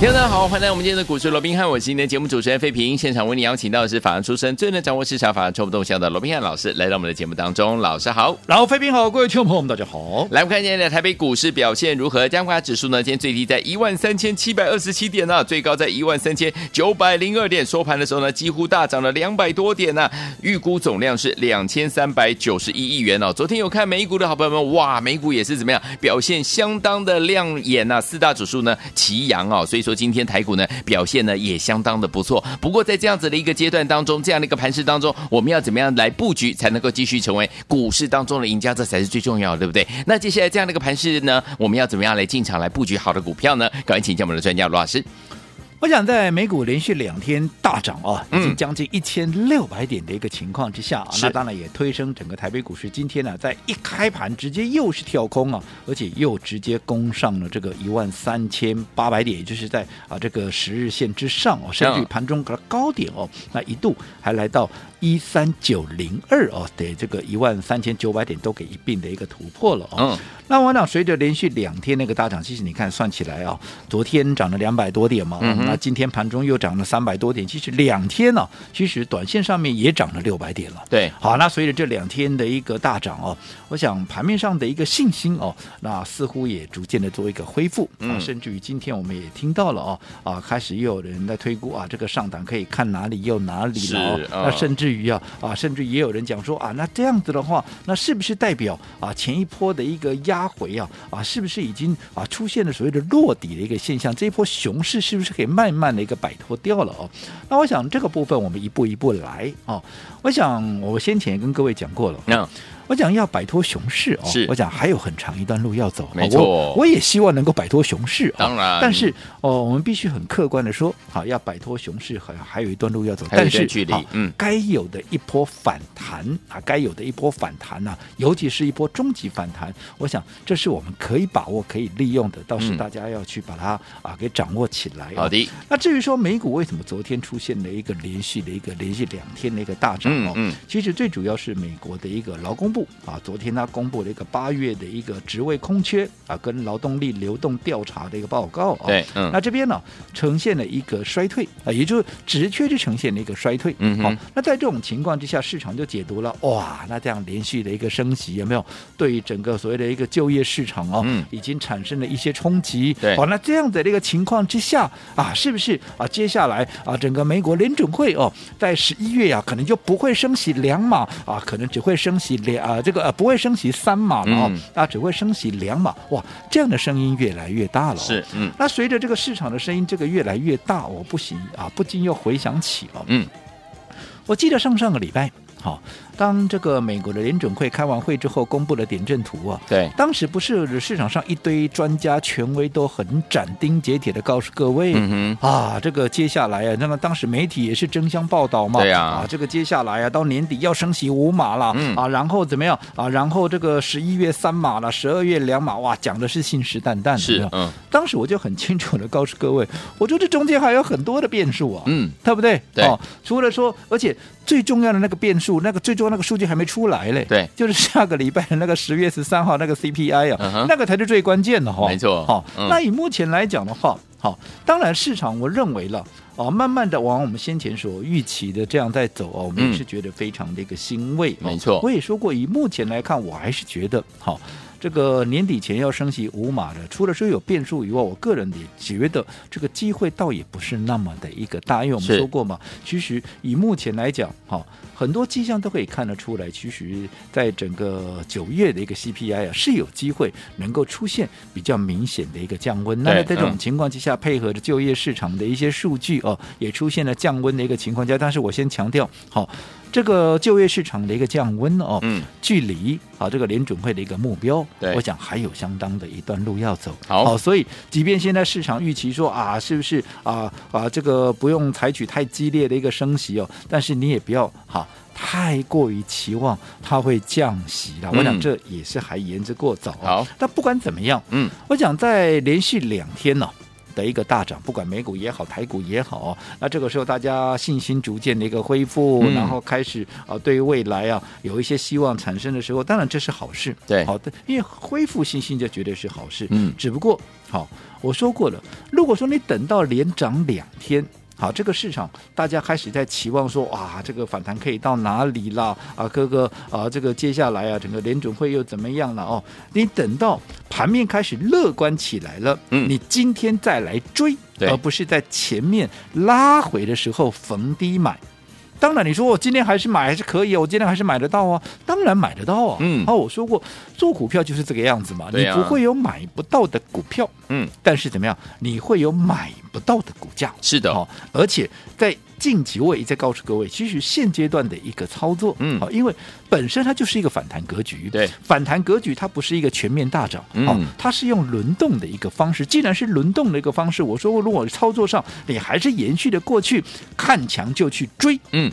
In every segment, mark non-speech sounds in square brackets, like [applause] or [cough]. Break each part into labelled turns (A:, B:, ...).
A: 听众大家好，欢迎来到我们今天的股市罗宾汉，我是今天的节目主持人费平。现场为你邀请到的是法案出身、最能掌握市场法案冲动动向的罗宾汉老师，来到我们的节目当中。老师好，
B: 老飞兵好，各位听众朋友们，大家好。
A: 来，我们看今天的台北股市表现如何？加权指数呢，今天最低在13,727点呢、最高在13,902点，收盘的时候呢，几乎大涨了两百多点呢、预估总量是2,391亿元哦。昨天有看美股的好朋友们，哇，美股也是怎么样表现相当的亮眼呐、四大指数呢齐扬哦，所以说今天台股呢表现呢也相当的不错。不过在这样子的一个阶段当中，这样的一个盘势当中，我们要怎么样来布局才能够继续成为股市当中的赢家？这才是最重要的，对不对？那接下来这样的一个盘势呢，我们要怎么样来进场来布局好的股票呢？赶快请教我们的专家罗老师。
B: 我想在美股连续两天大涨啊，已
A: 嗯
B: 经将近一千六百点的一个情况之下啊，
A: 是
B: 那当然也推升整个台北股市。今天呢、在一开盘直接又是跳空啊，而且又直接攻上了这个一万三千八百点，也就是在啊这个十日线之上哦，甚至于
A: 嗯
B: 盘中的高点哦，那一度还来到一三九零二哦，得这个一万三千九百点都给一并的一个突破了哦。
A: 嗯
B: 那我想随着连续两天那个大涨，其实你看算起来啊、昨天涨了两百多点嘛，
A: 嗯哼
B: 那今天盘中又涨了三百多点，其实两天呢、其实短线上面也涨了六百点了。
A: 对，
B: 好，那随着这两天的一个大涨哦，我想盘面上的一个信心哦，那似乎也逐渐的做一个恢复、啊，
A: 嗯
B: 甚至于今天我们也听到了哦，啊，开始又有人在推估啊，这个上档可以看哪里又哪里了、哦
A: 是，
B: 那
A: 嗯
B: 甚至于啊啊，甚至也有人讲说啊，那这样子的话，那是不是代表啊前一波的一个压回啊啊，是不是已经啊出现了所谓的落底的一个现象？这一波熊市是不是可以慢慢的一个摆脱掉了哦？那我想这个部分我们一步一步来哦。我想我先前也跟各位讲过了，
A: 那、
B: 我讲要摆脱熊市哦，
A: 是
B: 我讲还有很长一段路要走，哦
A: 没错
B: 我我也希望能够摆脱熊市、哦，
A: 当然
B: 但是哦，我们必须很客观的说，好，要摆脱熊市，还还有一段路要走，
A: 还有一
B: 但
A: 段
B: 是
A: 距离
B: 好
A: 嗯
B: 该有的一波反弹啊，该有的一波反弹呐、尤其是一波终极反弹，我想这是我们可以把握、可以利用的，倒是
A: 嗯
B: 大家要去把它啊给掌握起来、哦
A: 好。的，
B: 那至于说美股为什么昨天出现了一个连续的一个连续两天的一个大涨哦，
A: 嗯嗯
B: 其实最主要是美国的一个劳工部啊，昨天他公布了一个八月的一个职位空缺啊跟劳动力流动调查的一个报告啊，
A: 对，嗯
B: 那，这边呢、呈现了一个衰退啊，也就是职缺就呈现了一个衰退。哦
A: 嗯哼
B: 好、那在这种情况之下，市场就解读了，哇，那这样连续的一个升息有没有对于整个所谓的一个就业市场哦，
A: 嗯
B: 已经产生了一些冲击？哦
A: 对
B: 好、那这样的一个情况之下啊，是不是啊？接下来啊，整个美国联准会哦，在十一月啊，可能就不会升息两码啊，可能只会升息两啊，这个呃不会升息三码了哦
A: 嗯，
B: 啊，只会升息两码。哇，这样的声音越来越大了、哦。
A: 是，嗯
B: 那随着这个市场的声音这个越来越大，我不行啊，不禁又回想起哦，
A: 嗯，
B: 我记得上上个礼拜，好、当这个美国的联准会开完会之后公布了点阵图啊。
A: 对，
B: 当时不是市场上一堆专家权威都很斩钉截铁的告诉各位，
A: 嗯哼，
B: 啊，这个接下来啊，那么当时媒体也是争相报道嘛，
A: 对啊
B: 这个接下来啊，到年底要升息五码了，
A: 嗯
B: 啊，然后怎么样啊？然后这个十一月三码了，十二月两码，哇，讲的是信誓旦旦的，有没
A: 是
B: 有，
A: 嗯
B: 当时我就很清楚的告诉各位，我说这中间还有很多的变数啊，
A: 嗯，
B: 对不对？
A: 对
B: 哦，除了说，而且最重要的那个变数，那个最重要的那个数据还没出来嘞，
A: 对
B: 就是下个礼拜的那个十月十三号那个 CPI 啊，
A: 嗯哼
B: 那个才是最关键的哈、
A: 没错
B: 好、
A: 嗯
B: 那以目前来讲的话，好、当然市场我认为了。哦，慢慢的往我们先前所预期的这样在走哦，我们
A: 嗯
B: 也是觉得非常的一个欣慰、哦
A: 没错
B: 我也说过，以目前来看，我还是觉得好、这个年底前要升息五码的，除了说有变数以外，我个人也觉得这个机会倒也不是那么的一个大，因为我们
A: 是
B: 说过嘛，其实以目前来讲，哈、很多迹象都可以看得出来，其实在整个九月的一个 CPI 啊，是有机会能够出现比较明显的一个降温。那
A: 对
B: 么在这种
A: 嗯
B: 情况之下，配合着就业市场的一些数据哦，也出现了降温的一个情况下，但是我先强调，好、这个就业市场的一个降温哦，
A: 嗯，
B: 距离啊这个联准会的一个目标，
A: 对
B: 我想还有相当的一段路要走。
A: 好
B: 所以即便现在市场预期说啊，是不是啊啊这个不用采取太激烈的一个升息哦，但是你也不要哈、太过于期望它会降息了。我
A: 嗯
B: 想这也是还言之过早、
A: 好，
B: 但不管怎么样，
A: 嗯，
B: 我想在连续两天呢、的一个大涨，不管美股也好，台股也好，那这个时候大家信心逐渐的一个恢复，
A: 嗯
B: 然后开始啊、对于未来啊有一些希望产生的时候，当然这是好事，
A: 对
B: 好的，因为恢复信心这绝对是好事，
A: 嗯
B: 只不过好，我说过了，如果说你等到连涨两天。好，这个市场大家开始在期望说，哇，这个反弹可以到哪里啦？啊，哥哥啊，这个接下来啊，整个联准会又怎么样了？哦，你等到盘面开始乐观起来了，
A: 嗯
B: 你今天再来追，
A: 对
B: 而不是在前面拉回的时候逢低买。当然，你说我今天还是买还是可以啊，我今天还是买得到啊，当然买得到啊。
A: 嗯
B: 啊，我说过做股票就是这个样子嘛，
A: 对
B: 你
A: 啊
B: 不会有买不到的股票，
A: 嗯，
B: 但是怎么样，你会有买不到的股价。
A: 是的，
B: 好、而且在近期我也在告诉各位，其实现阶段的一个操作，
A: 嗯
B: 好，因为本身它就是一个反弹格局，
A: 对，
B: 反弹格局它不是一个全面大涨，
A: 嗯
B: 好它是用轮动的一个方式。既然是轮动的一个方式，我说过，如果操作上你还是延续的过去，看强就去追，
A: 嗯，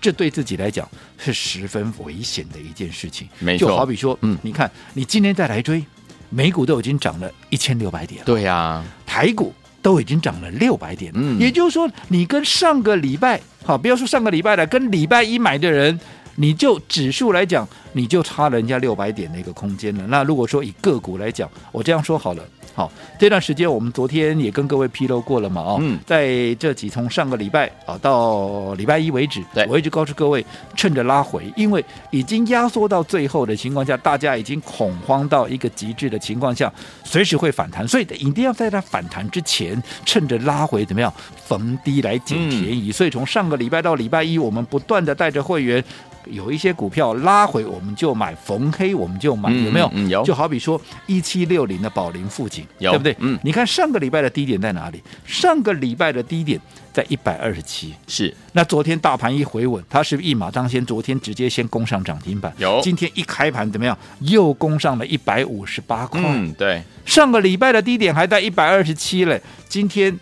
B: 这对自己来讲是十分危险的一件事情。
A: 没错
B: 就好比说，
A: 嗯
B: 你看你今天再来追，美股都已经涨了一千六百点了。
A: 对啊呀，
B: 台股都已经涨了六百点，
A: 嗯
B: 也就是说，你跟上个礼拜，好，不要说上个礼拜了，跟礼拜一买的人，你就指数来讲，你就差人家六百点的一个空间了。那如果说以个股来讲，我这样说好了。好，这段时间我们昨天也跟各位披露过了嘛，哦，
A: 嗯
B: 在这几从上个礼拜啊到礼拜一为止，
A: 对
B: 我一直告诉各位，趁着拉回，因为已经压缩到最后的情况下，大家已经恐慌到一个极致的情况下，随时会反弹，所以一定要在它反弹之前，趁着拉回怎么样逢低来捡便宜。
A: 嗯
B: 所以从上个礼拜到礼拜一，我们不断的带着会员。有一些股票拉回我们就买，逢黑我们就买，
A: 嗯
B: 有没有？
A: 嗯嗯有
B: 就好比说一七六零的宝林附近，
A: 有
B: 对不对？
A: 嗯
B: 你看上个礼拜的低点在哪里？上个礼拜的低点在一百二十七，
A: 是，
B: 那昨天大盘一回稳，它是不是一马当先？昨天直接先攻上涨停板，
A: 有
B: 今天一开盘怎么样？又攻上了一百五十八块。
A: 嗯，对，
B: 上个礼拜的低点还在一百二十七嘞，今天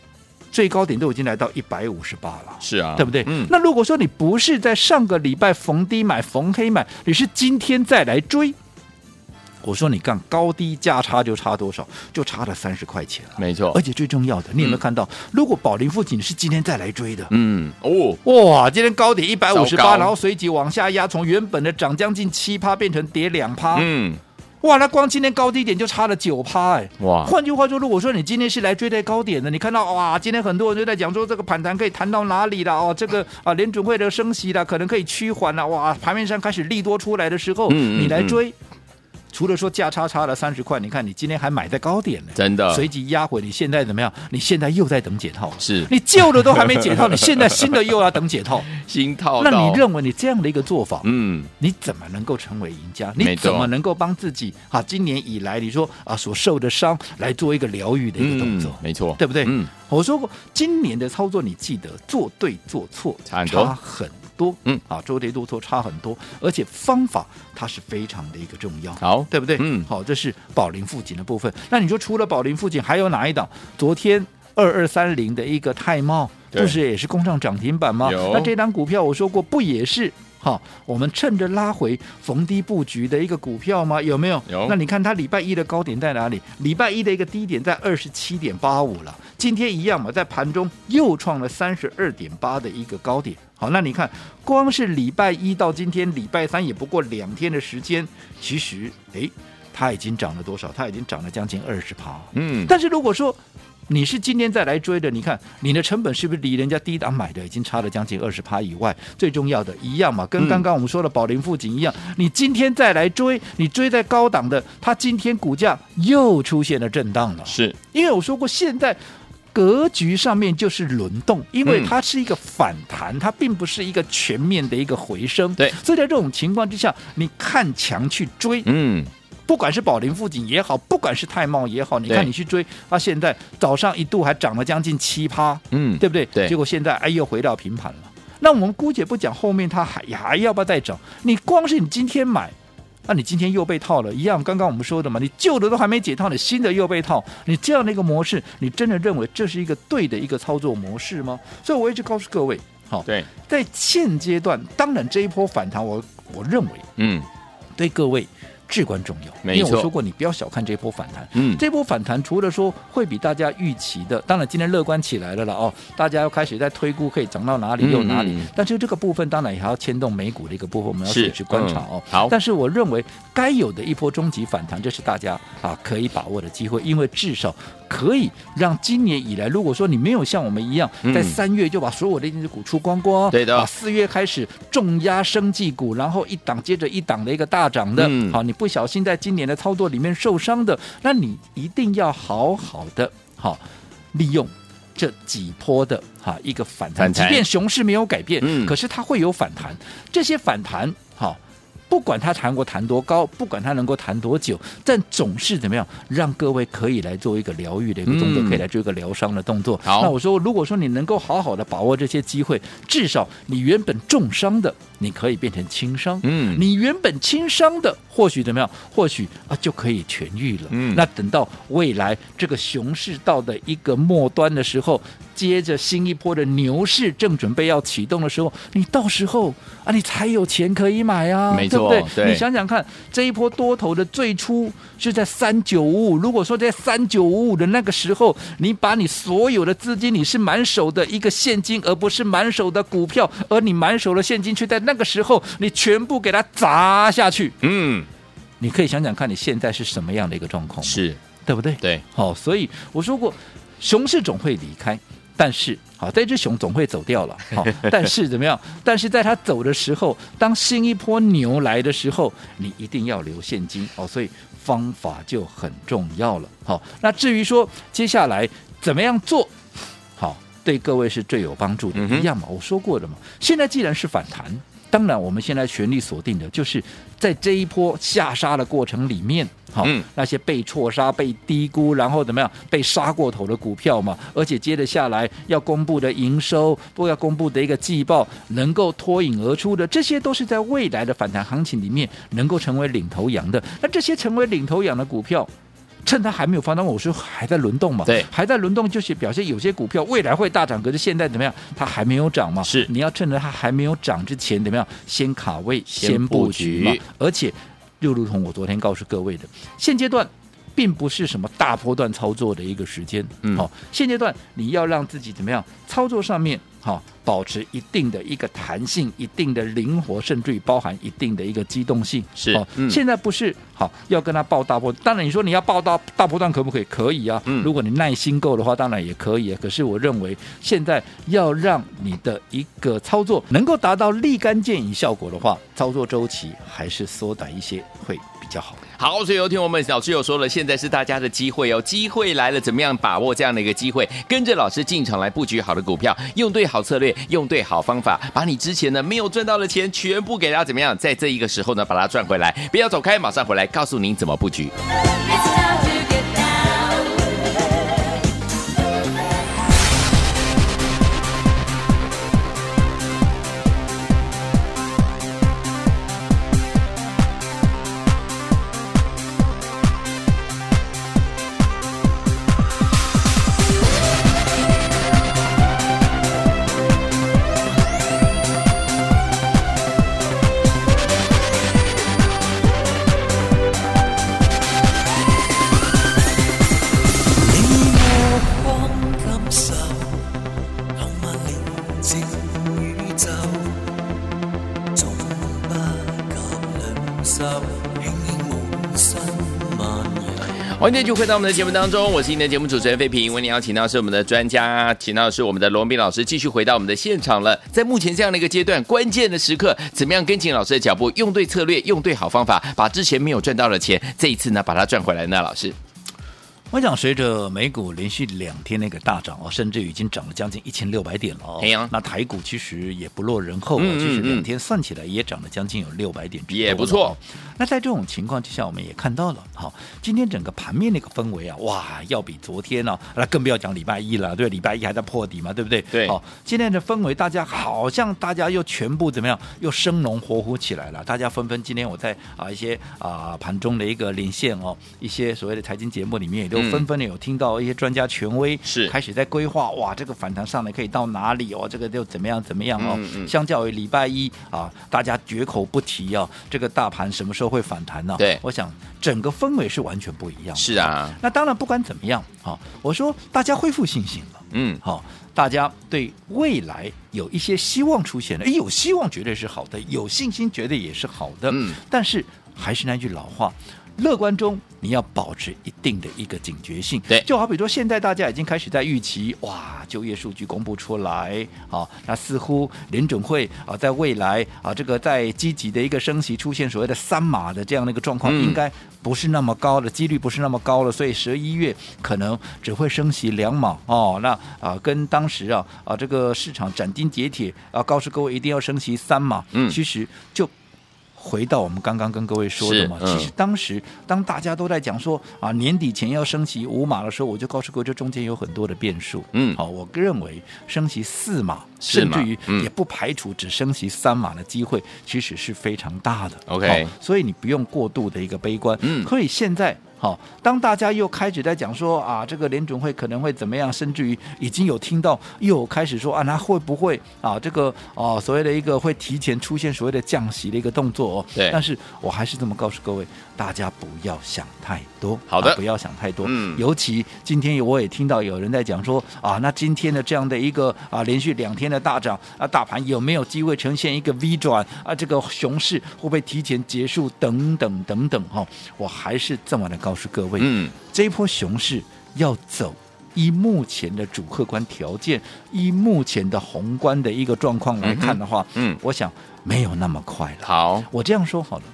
B: 最高点都已经来到一百五十八了。
A: 是啊，
B: 对不对？
A: 嗯，
B: 那如果说你不是在上个礼拜逢低买、逢黑买，你是今天再来追，我说你干高低价差就差多少？就差了三十块钱了。
A: 没错
B: 而，且最重要的，你有没
A: 嗯
B: 有看到？如果宝林附近是今天再来追的，
A: 嗯，哦，
B: 哇，今天高点一百五十
A: 糟糕
B: 八，然后随即往下压，从原本的涨将近七趴变成跌两趴。
A: 嗯，
B: 哇，那光今天高低点就差了九趴哎。
A: 哇
B: 换句话说，如果说你今天是来追在高点的，你看到哇，今天很多人都在讲说这个反弹可以谈到哪里了哦，这个啊联准会的升息了，可能可以趋缓了，哇，盘面上开始利多出来的时候，
A: 嗯嗯
B: 你来追。除了说价差差了三十块，你看你今天还买在高点呢，
A: 真的
B: 随即压回。你现在怎么样？你现在又在等解套，
A: 是
B: 你旧的都还没解套，你现在新的又要等
A: [laughs]
B: 解套。
A: 心套
B: 那
A: 到，
B: 你认为你这样的一个做法，
A: 嗯，
B: 你怎么能够成为赢家？
A: 没
B: 你
A: 错
B: 怎么能够帮自己啊？今年以来，你说啊所受的伤来做一个疗愈的一个动
A: 嗯
B: 作，，
A: 没错，
B: 对不对？
A: 嗯，
B: 我说过，今年的操作你记得做对做错
A: 差很多
B: 多
A: 嗯
B: 啊，做对做错差很多，而且方法它是非常的一个重要。
A: 好，
B: 对不对？
A: 嗯
B: 好，这是宝林附近的部分。那你说除了宝林附近，还有哪一档？昨天二二三零的一个泰茂，
A: 对
B: 不是也是攻上涨停板吗
A: 有？
B: 那这档股票我说过，不也是？好，我们趁着拉回逢低布局的一个股票吗？有没有？
A: 有
B: 那你看它礼拜一的高点在哪里？礼拜一的一个低点在二十七点八五了，今天一样嘛，在盘中又创了三十二点八的一个高点。好，那你看，光是礼拜一到今天礼拜三也不过两天的时间，其实诶，它已经涨了多少？它已经涨了将近二十趴。
A: 嗯，
B: 但是如果说你是今天再来追的，你看你的成本是不是离人家低档买的已经差了将近二十趴以外？最重要的一样嘛，跟刚刚我们说的宝林附近一样，你今天再来追，你追在高档的，它今天股价又出现了震荡了。
A: 是，
B: 因为我说过，现在格局上面就是轮动，因为
A: 嗯
B: 它是一个反弹，它并不是一个全面的一个回升。
A: 对
B: 所以在这种情况之下，你看强去追，
A: 嗯，
B: 不管是宝林富锦也好，不管是泰茂也好，你看
A: 对
B: 你去追，它现在早上一度还涨了将近七趴，
A: 嗯，
B: 对不对？
A: 对
B: 结果现在哎又回到平盘了。那我们姑且不讲后面它还还要不要再涨，你光是你今天买。那、你今天又被套了，一样。刚刚我们说的嘛，你旧的都还没解套，你新的又被套，你这样的一个模式，你真的认为这是一个对的一个操作模式吗？所以我一直告诉各位，好、
A: 对，
B: 在现阶段，当然这一波反弹我，我认为
A: 嗯，
B: 对各位至关重要。
A: 没错
B: 因为我说过，你不要小看这波反弹。
A: 嗯
B: 这波反弹除了说会比大家预期的，当然今天乐观起来了啦哦，大家要开始在推估可以涨到哪里又哪里。
A: 嗯嗯
B: 但是这个部分当然也还要牵动美股的一个部分，我们要
A: 是
B: 去去观察哦。
A: 嗯好
B: 但是我认为该有的一波终极反弹，这是大家啊可以把握的机会，因为至少。可以让今年以来，如果说你没有像我们一样，
A: 嗯
B: 在三月就把所有的电子股出光光，
A: 对的
B: 把四月开始重压生技股，然后一档接着一档的一个大涨的，
A: 嗯
B: 好，你不小心在今年的操作里面受伤的，那你一定要好好的好利用。这几波的哈一个反弹，
A: 反弹
B: 即便熊市没有改变，
A: 嗯
B: 可是它会有反弹。这些反弹哈，不管它弹过弹多高，不管它能够弹多久，但总是怎么样，让各位可以来做一个疗愈的一个动作，
A: 嗯
B: 可以来做一个疗伤的动作。
A: 好
B: 那我说，如果说你能够好好的把握这些机会，至少你原本重伤的，你可以变成轻伤。
A: 嗯
B: 你原本轻伤的，或许怎么样？或许啊就可以痊愈了。
A: 嗯
B: 那等到未来这个熊市到的一个末端的时候，接着新一波的牛市正准备要启动的时候，你到时候啊，你才有钱可以买啊，
A: 没
B: 对
A: 错
B: 不对？
A: 对
B: 你想想看，这一波多头的最初是在三九五五，如果说在三九五五的那个时候，你把你所有的资金你是满手的一个现金，而不是满手的股票，而你满手的现金却在那个时候你全部给它砸下去，
A: 嗯，
B: 你可以想想看你现在是什么样的一个状况吗，
A: 是
B: 对不对？
A: 对，
B: 好、所以我说过，熊市总会离开，但是好，这只熊总会走
A: [laughs]
B: 掉了。好、但是怎么样？但是在它走的时候，当新一波牛来的时候，你一定要留现金哦。所以方法就很重要了。好、那至于说接下来怎么样做，好，对各位是最有帮助的。
A: 嗯哼
B: 一样嘛，我说过的嘛。现在既然是反弹，当然我们现在全力锁定的就是在这一波下杀的过程里面，好、
A: 嗯
B: 那些被错杀、被低估，然后怎么样被杀过头的股票嘛。而且接着下来要公布的营收，不要公布的一个季报，能够脱颖而出的，这些都是在未来的反弹行情里面能够成为领头羊的。那这些成为领头羊的股票。趁它还没有发动，我说还在轮动嘛，
A: 对
B: 还在轮动，就是表现有些股票未来会大涨，可是现在怎么样？它还没有涨嘛，
A: 是
B: 你要趁着它还没有涨之前怎么样？先卡位，
A: 先
B: 先
A: 布
B: 布局嘛
A: 局。
B: 而且，就如同我昨天告诉各位的，现阶段。并不是什么大波段操作的一个时间，
A: 嗯
B: 好、现阶段你要让自己怎么样操作上面，好、保持一定的一个弹性，一定的灵活，甚至于包含一定的一个机动性，
A: 是
B: 好、
A: 嗯
B: 现在不是好要跟他报大波，当然你说你要报大大波段可不可以？可以啊，
A: 嗯
B: 如果你耐心够的话，当然也可以啊。可是我认为现在要让你的一个操作能够达到立竿见影效果的话，操作周期还是缩短一些会比较好。
A: 好，所以有听我们老师有说了，现在是大家的机会哦，机会来了，怎么样把握这样的一个机会？跟着老师进场来布局好的股票，用对好策略，用对好方法，把你之前呢没有赚到的钱全部给它怎么样，在这一个时候呢把它赚回来。不要走开，马上回来告诉您怎么布局。
C: It's time to get down.
D: Thank
A: 欢迎继续回到我们的节目当中，我是您的节目主持人费平。为您邀请到是我们的专家，请到的是我们的罗文斌老师，继续回到我们的现场了。在目前这样的一个阶段，关键的时刻，怎么样跟紧老师的脚步，用对策略，用对好方法，把之前没有赚到的钱，这一次呢把它赚回来呢？老师，
B: 我想，随着美股连续两天那个大涨哦，甚至已经涨了将近一千六百点了哦
A: 哎呀。
B: 那台股其实也不落人后哦，
A: 嗯嗯
B: 其实
A: 嗯
B: 两天算起来也涨了将近有六百点之多了哦，
A: 也不错
B: 那在这种情况之下，我们也看到了，好，今天整个盘面那个氛围啊，哇，要比昨天呢、那更不要讲礼拜一了，对，礼拜一还在破底嘛，对不对？
A: 对
B: 好，今天的氛围，大家好像大家又全部怎么样，又生龙活虎起来了，大家纷纷今天我在啊一些啊盘中的一个连线哦，一些所谓的财经节目里面也都都
A: 嗯
B: 纷纷的有听到一些专家权威
A: 是
B: 开始在规划，哇，这个反弹上来可以到哪里哦？这个就怎么样怎么样哦？
A: 嗯嗯
B: 相较于礼拜一啊，大家绝口不提哦，这个大盘什么时候会反弹呢、
A: 对
B: 我想整个氛围是完全不一样的。
A: 是啊，
B: 那当然，不管怎么样啊、我说大家恢复信心了。
A: 嗯，
B: 好、大家对未来有一些希望出现了，诶有希望绝对是好的，有信心绝对也是好的。
A: 嗯，
B: 但是还是那句老话。乐观中，你要保持一定的一个警觉性。
A: 对
B: 就好比说，现在大家已经开始在预期，哇，就业数据公布出来，好、那似乎联准会啊，在未来啊，这个在积极的一个升息出现所谓的三码的这样的一个状况，
A: 嗯
B: 应该不是那么高的几率，不是那么高了，所以十一月可能只会升息两码哦。那啊，跟当时啊啊这个市场斩钉截铁啊，告诉各位一定要升息三码，
A: 嗯
B: 其实就。回到我们刚刚跟各位说的嘛，
A: 是嗯
B: 其实当时当大家都在讲说啊年底前要升息五码的时候，我就告诉各位，这中间有很多的变数。
A: 嗯
B: 好，我认为升息四码，
A: 四
B: 甚
A: 码
B: 至于
A: 嗯
B: 也不排除只升息三码的机会，其实是非常大的。
A: OK
B: 好所以你不用过度的一个悲观。
A: 嗯
B: 所以现在。好，当大家又开始在讲说啊，这个联准会可能会怎么样，甚至于已经有听到又开始说啊，那会不会啊，这个哦、所谓的一个会提前出现所谓的降息的一个动作哦。
A: 对
B: 但是我还是这么告诉各位，大家不要想太多。
A: 好的
B: 啊不要想太多。
A: 嗯
B: 尤其今天我也听到有人在讲说啊，那今天的这样的一个啊连续两天的大涨啊，大盘有没有机会呈现一个 V 转啊？这个熊市会不会提前结束？等等等等哈、哦，我还是这么的告诉各位，
A: 嗯，
B: 这一波熊市要走。依目前的主客观条件，依目前的宏观的一个状况来看的话，
A: 嗯哼嗯
B: 我想没有那么快了。
A: 好，
B: 我这样说好了，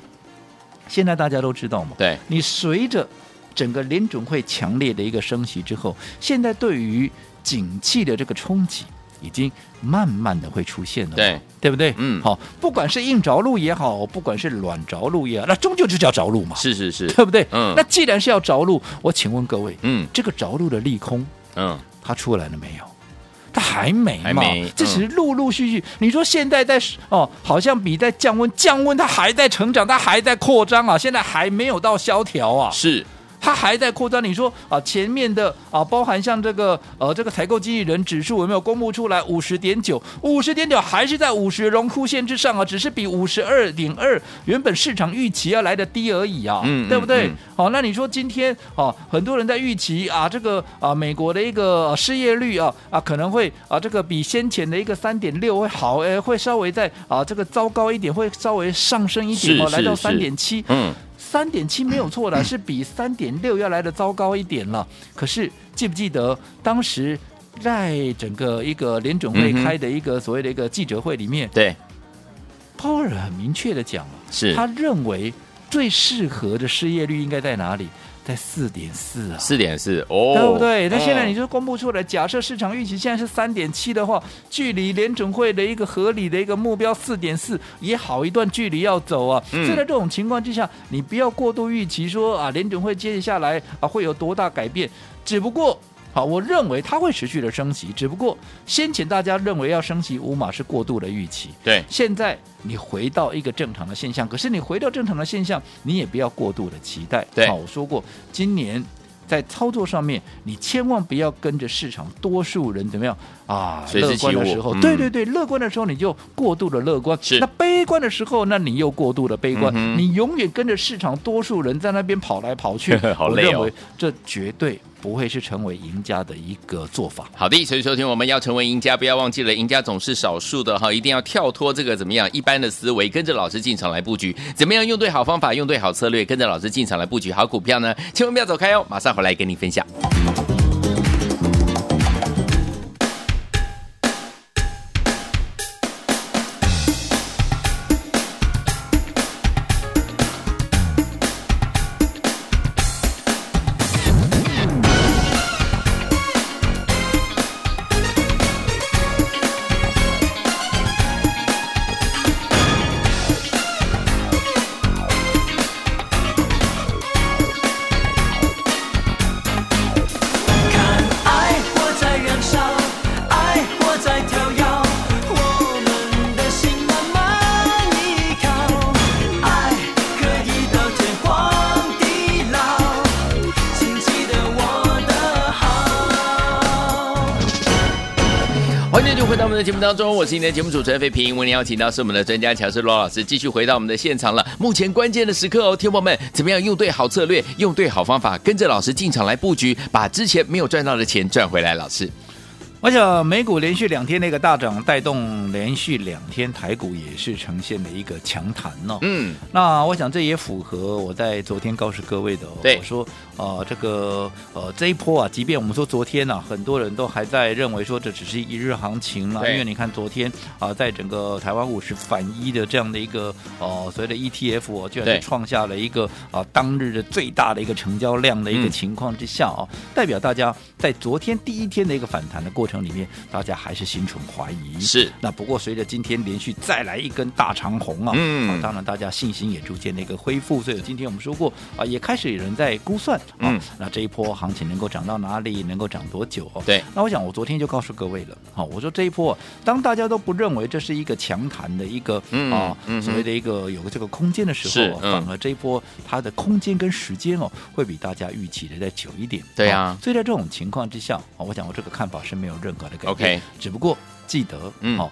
B: 现在大家都知道嘛，
A: 对，
B: 你随着整个联准会强烈的一个升息之后，现在对于景气的这个冲击已经慢慢的会出现了，
A: 对，
B: 对不对？
A: 嗯
B: 好，不管是硬着陆也好，不管是软着陆也好，那终究就叫着陆嘛，
A: 是是是，
B: 对不对？
A: 嗯
B: 那既然是要着陆，我请问各位，
A: 嗯
B: 这个着陆的利空
A: 嗯，
B: 它出来了没有？它还没
A: 还
B: 嘛
A: 没，嗯
B: 这只是陆陆续续。你说现在在哦，好像比在降温，降温它还在成长，它还在扩张啊，现在还没有到萧条啊，
A: 是，
B: 它还在扩张。你说啊，前面的啊，包含像这个呃，这个采购经理人指数有没有公布出来？五十点九，五十点九还是在五十荣枯线之上啊，只是比五十二点二原本市场预期要来的低而已啊，
A: 嗯
B: 对不对？
A: 嗯嗯
B: 好，那你说今天啊，很多人在预期啊，这个啊，美国的一个、啊失业率啊啊，可能会啊，这个比先前的一个三点六会好，哎，会稍微在啊这个糟糕一点，会稍微上升一点
A: 是
B: 哦，来到
A: 是
B: 三
A: 是
B: 点七，
A: 嗯，
B: 三点七没有错的，是比三点六要来的糟糕一点了。可是记不记得当时在整个一个联准会
A: 嗯哼
B: 开的一个所谓的一个记者会里面，
A: 对，
B: 鲍尔很明确的讲了，
A: 是
B: 他认为最适合的失业率应该在哪里？在四点四啊。
A: 四点四哦，
B: 对不对？那现在
A: 嗯
B: 你就公布出来，假设市场预期现在是三点七的话，距离联准会的一个合理的一个目标四点四也好一段距离要走啊。
A: 嗯
B: 所以在这种情况之下，你不要过度预期说啊，联准会接下来啊会有多大改变，只不过。好，我认为它会持续的升息，只不过先前大家认为要升息五码是过度的预期，
A: 对，
B: 现在你回到一个正常的现象，可是你回到正常的现象，你也不要过度的期待。
A: 对
B: 好，我说过，今年在操作上面，你千万不要跟着市场多数人怎么样啊？
A: 随之
B: 乐观的
A: 起舞
B: 时候，
A: 嗯
B: 对对对，乐观的时候你就过度的乐观，
A: 是
B: 那悲观的时候，那你又过度的悲观，
A: 嗯哼，
B: 你永远跟着市场多数人在那边跑来跑去
A: [laughs] 好
B: 我
A: 累哦
B: 认为这绝对不会是成为赢家的一个做法。
A: 好的，所以收听我们要成为赢家，不要忘记了，赢家总是少数的哈，一定要跳脱这个怎么样一般的思维，跟着老师进场来布局，怎么样用对好方法，用对好策略，跟着老师进场来布局好股票呢？千万不要走开哦，马上回来跟你分享。们的节目当中，我是今天的节目主持人费平，为您邀请到是我们的专家乔世罗老师，继续回到我们的现场了。目前关键的时刻哦，天宝们，怎么样用对好策略，用对好方法，跟着老师进场来布局，把之前没有赚到的钱赚回来。老师，
B: 我想美股连续两天那个大涨，带动连续两天台股也是呈现了一个强弹哦。
A: 嗯，
B: 那我想这也符合我在昨天告诉各位的、哦，
A: 对
B: 我说呃这个呃这一波啊，即便我们说昨天呢、很多人都还在认为说这只是一日行情啦、
A: 对
B: 因为你看昨天啊、在整个台湾五十反一的这样的一个呃所谓的 ETF，、哦、居然
A: 对
B: 是创下了一个啊、当日的最大的一个成交量的一个
A: 嗯
B: 情况之下哦，代表大家在昨天第一天的一个反弹的过程里面，大家还是心存怀疑。
A: 是
B: 那不过随着今天连续再来一根大长红啊，
A: 嗯
B: 啊当然大家信心也逐渐的一个恢复，所以今天我们说过啊，也开始有人在估算啊，
A: 嗯
B: 那这一波行情能够涨到哪里，能够涨多久哦？
A: 对
B: 那我想我昨天就告诉各位了，好、我说这一波啊当大家都不认为这是一个强弹的一个、
A: 嗯
B: 啊、
A: 嗯哼
B: 所谓的一个有个这个空间的时候啊、
A: 是嗯
B: 反而这一波它的空间跟时间哦，会比大家预期的再久一点。
A: 对啊
B: 所以在这种情况之下，啊，我想我这个看法是没有任何的改变。
A: OK
B: 只不过记得，
A: 嗯
B: 好、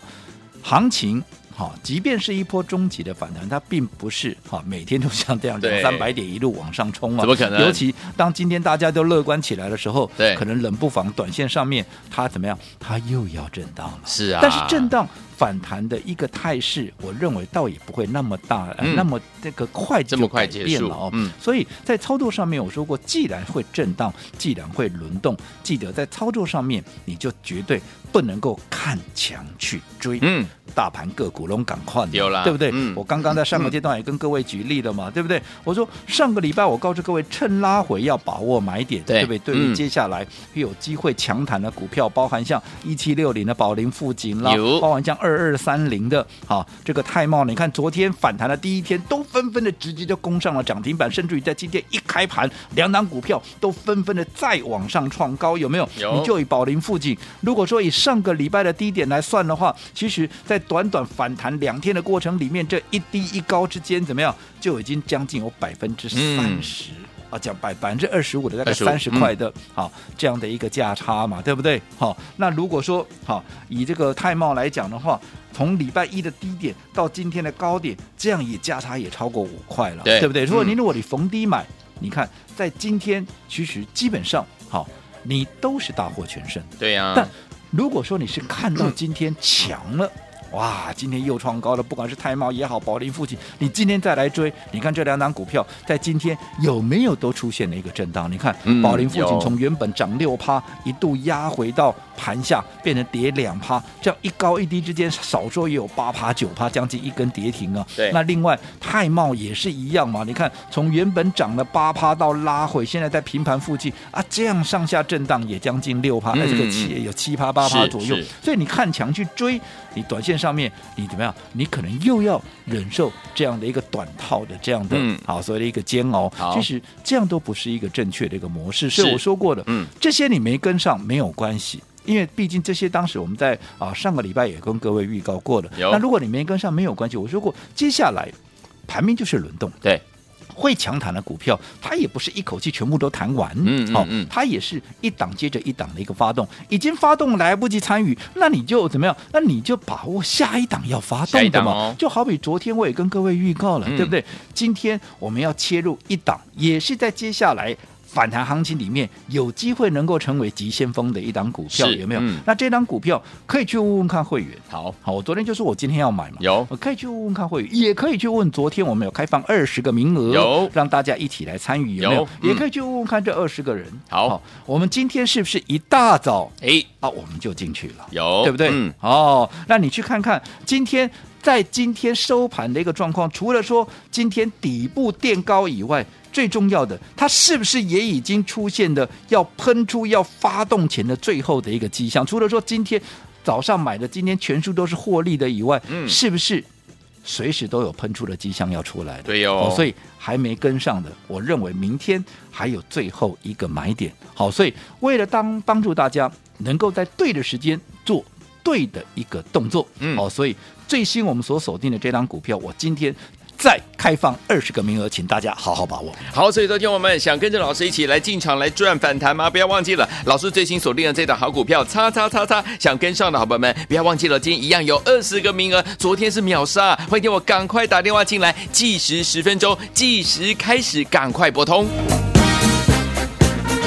B: 行情。好，即便是一波终极的反弹，它并不是哈每天都像这样
A: 对
B: 两三百点一路往上冲啊，
A: 怎么可能
B: 尤其当今天大家都乐观起来的时候，
A: 对
B: 可能冷不防短线上面它怎么样，它又要震荡了。
A: 是啊
B: 但是震荡反弹的一个态势，我认为倒也不会那么大，呃
A: 嗯
B: 那么这个快就
A: 这么快
B: 改
A: 结
B: 变
A: 束
B: 了哦。
A: 嗯
B: 所以在操作上面，我说过，既然会震荡，既然会轮动，记得在操作上面，你就绝对不能够看强去追。
A: 嗯，
B: 大盘个股龙赶快
A: 有啦
B: 对不对？
A: 嗯
B: 我刚刚在上个阶段也跟各位举例了嘛，对不对？我说上个礼拜我告诉各位，趁拉回要把握买点，
A: 对
B: 不对？对
A: 嗯
B: 于接下来有机会强弹的股票，包含像一七六零的宝林富锦啦
A: 有，
B: 包含像二二三零的，好、这个泰茂，你看昨天反弹的第一天都纷纷的直接就攻上了涨停板，甚至于在今天一开盘，两档股票都纷纷的再往上创高，有没有？
A: 有
B: 你就以宝林附近，如果说以上个礼拜的低点来算的话，其实在短短反弹两天的过程里面，这一低一高之间怎么样，就已经将近有百分之三十。啊，讲百百分之二十五的嗯大概
A: 25
B: 三十块的，好、这样的一个价差嘛，对不对？好、那如果说好、以这个泰茂来讲的话，从礼拜一的低点到今天的高点，这样也价差也超过五块了，
A: 对
B: 不对？如果
A: 嗯
B: 您如果你逢低买，你看在今天其实基本上好、你都是大获全胜。
A: 对呀、
B: 但如果说你是看到今天强
A: 嗯
B: 了。哇，今天又创高了，不管是泰茂也好，宝林附近，你今天再来追，你看这两档股票在今天有没有都出现了一个震荡？你看
A: 嗯
B: 宝林附
A: 有
B: 近从原本涨六趴，一度压回到盘下，变成跌两趴，这样一高一低之间，少说也有八趴九趴，将近一根跌停啊。
A: 对
B: 那另外泰茂也是一样嘛，你看从原本涨了八趴到拉回，现在在平盘附近啊，这样上下震荡也将近六趴，
A: 嗯
B: 哎这个
A: 嗯
B: 七有七趴八趴
A: 是
B: 左右
A: 是，
B: 所以你看强去追，你短线上面你怎么样？你可能又要忍受这样的一个短套的这样的、
A: 嗯
B: 好所谓的一个煎熬
A: 好。
B: 其实这样都不是一个正确的一个模式。
A: 是
B: 所以我说过的，
A: 嗯，
B: 这些你没跟上没有关系。因为毕竟这些当时我们在啊上个礼拜也跟各位预告过了。
A: 有
B: 那如果你没跟上没有关系，我说过接下来盘面就是轮动，
A: 对，
B: 会强弹的股票，它也不是一口气全部都弹完，
A: 嗯嗯
B: 好
A: 嗯
B: 它也是一档接着一档的一个发动，已经发动来不及参与，那你就怎么样？那你就把握下一档要发
A: 下一
B: 动的
A: 档
B: 嘛。
A: 哦
B: 就好比昨天我也跟各位预告了，
A: 嗯
B: 对不对？今天我们要切入一档，也是在接下来。反弹行情里面有机会能够成为急先锋的一档股票，
A: 是
B: 有没有？
A: 嗯
B: 那这档股票可以去问问看会员，
A: 好，
B: 好，我昨天就说我今天要买嘛，
A: 有
B: 我可以去问问看会员，也可以去问。昨天我们有开放二十个名额，
A: 有
B: 让大家一起来参与，有没有？
A: 有嗯
B: 也可以去问问看这二十个人。
A: 好
B: 我们今天是不是一大早
A: 哎，
B: 啊，我们就进去了？
A: 有，
B: 对不对？
A: 嗯，
B: 哦，那你去看看今天在今天收盘的一个状况，除了说今天底部垫高以外，最重要的，它是不是也已经出现的要喷出、要发动前的最后的一个迹象？除了说今天早上买的，今天全数都是获利的以外，
A: 嗯
B: 是不是？随时都有喷出的迹象要出来的，
A: 对哟
B: 哦所以还没跟上的，我认为明天还有最后一个买点。好，所以为了当帮助大家能够在对的时间做对的一个动作，
A: 嗯
B: 哦，所以最新我们所锁定的这张股票，我今天。再开放二十个名额，请大家好好把握。
A: 好，所以昨天我们想跟着老师一起来进场来赚反弹吗？不要忘记了，老师最新锁定的这档好股票，叉叉叉叉，想跟上的好朋友们，不要忘记了，今天一样有二十个名额，昨天是秒杀，欢迎我赶快打电话进来，计时十分钟，计时开始，赶快拨通。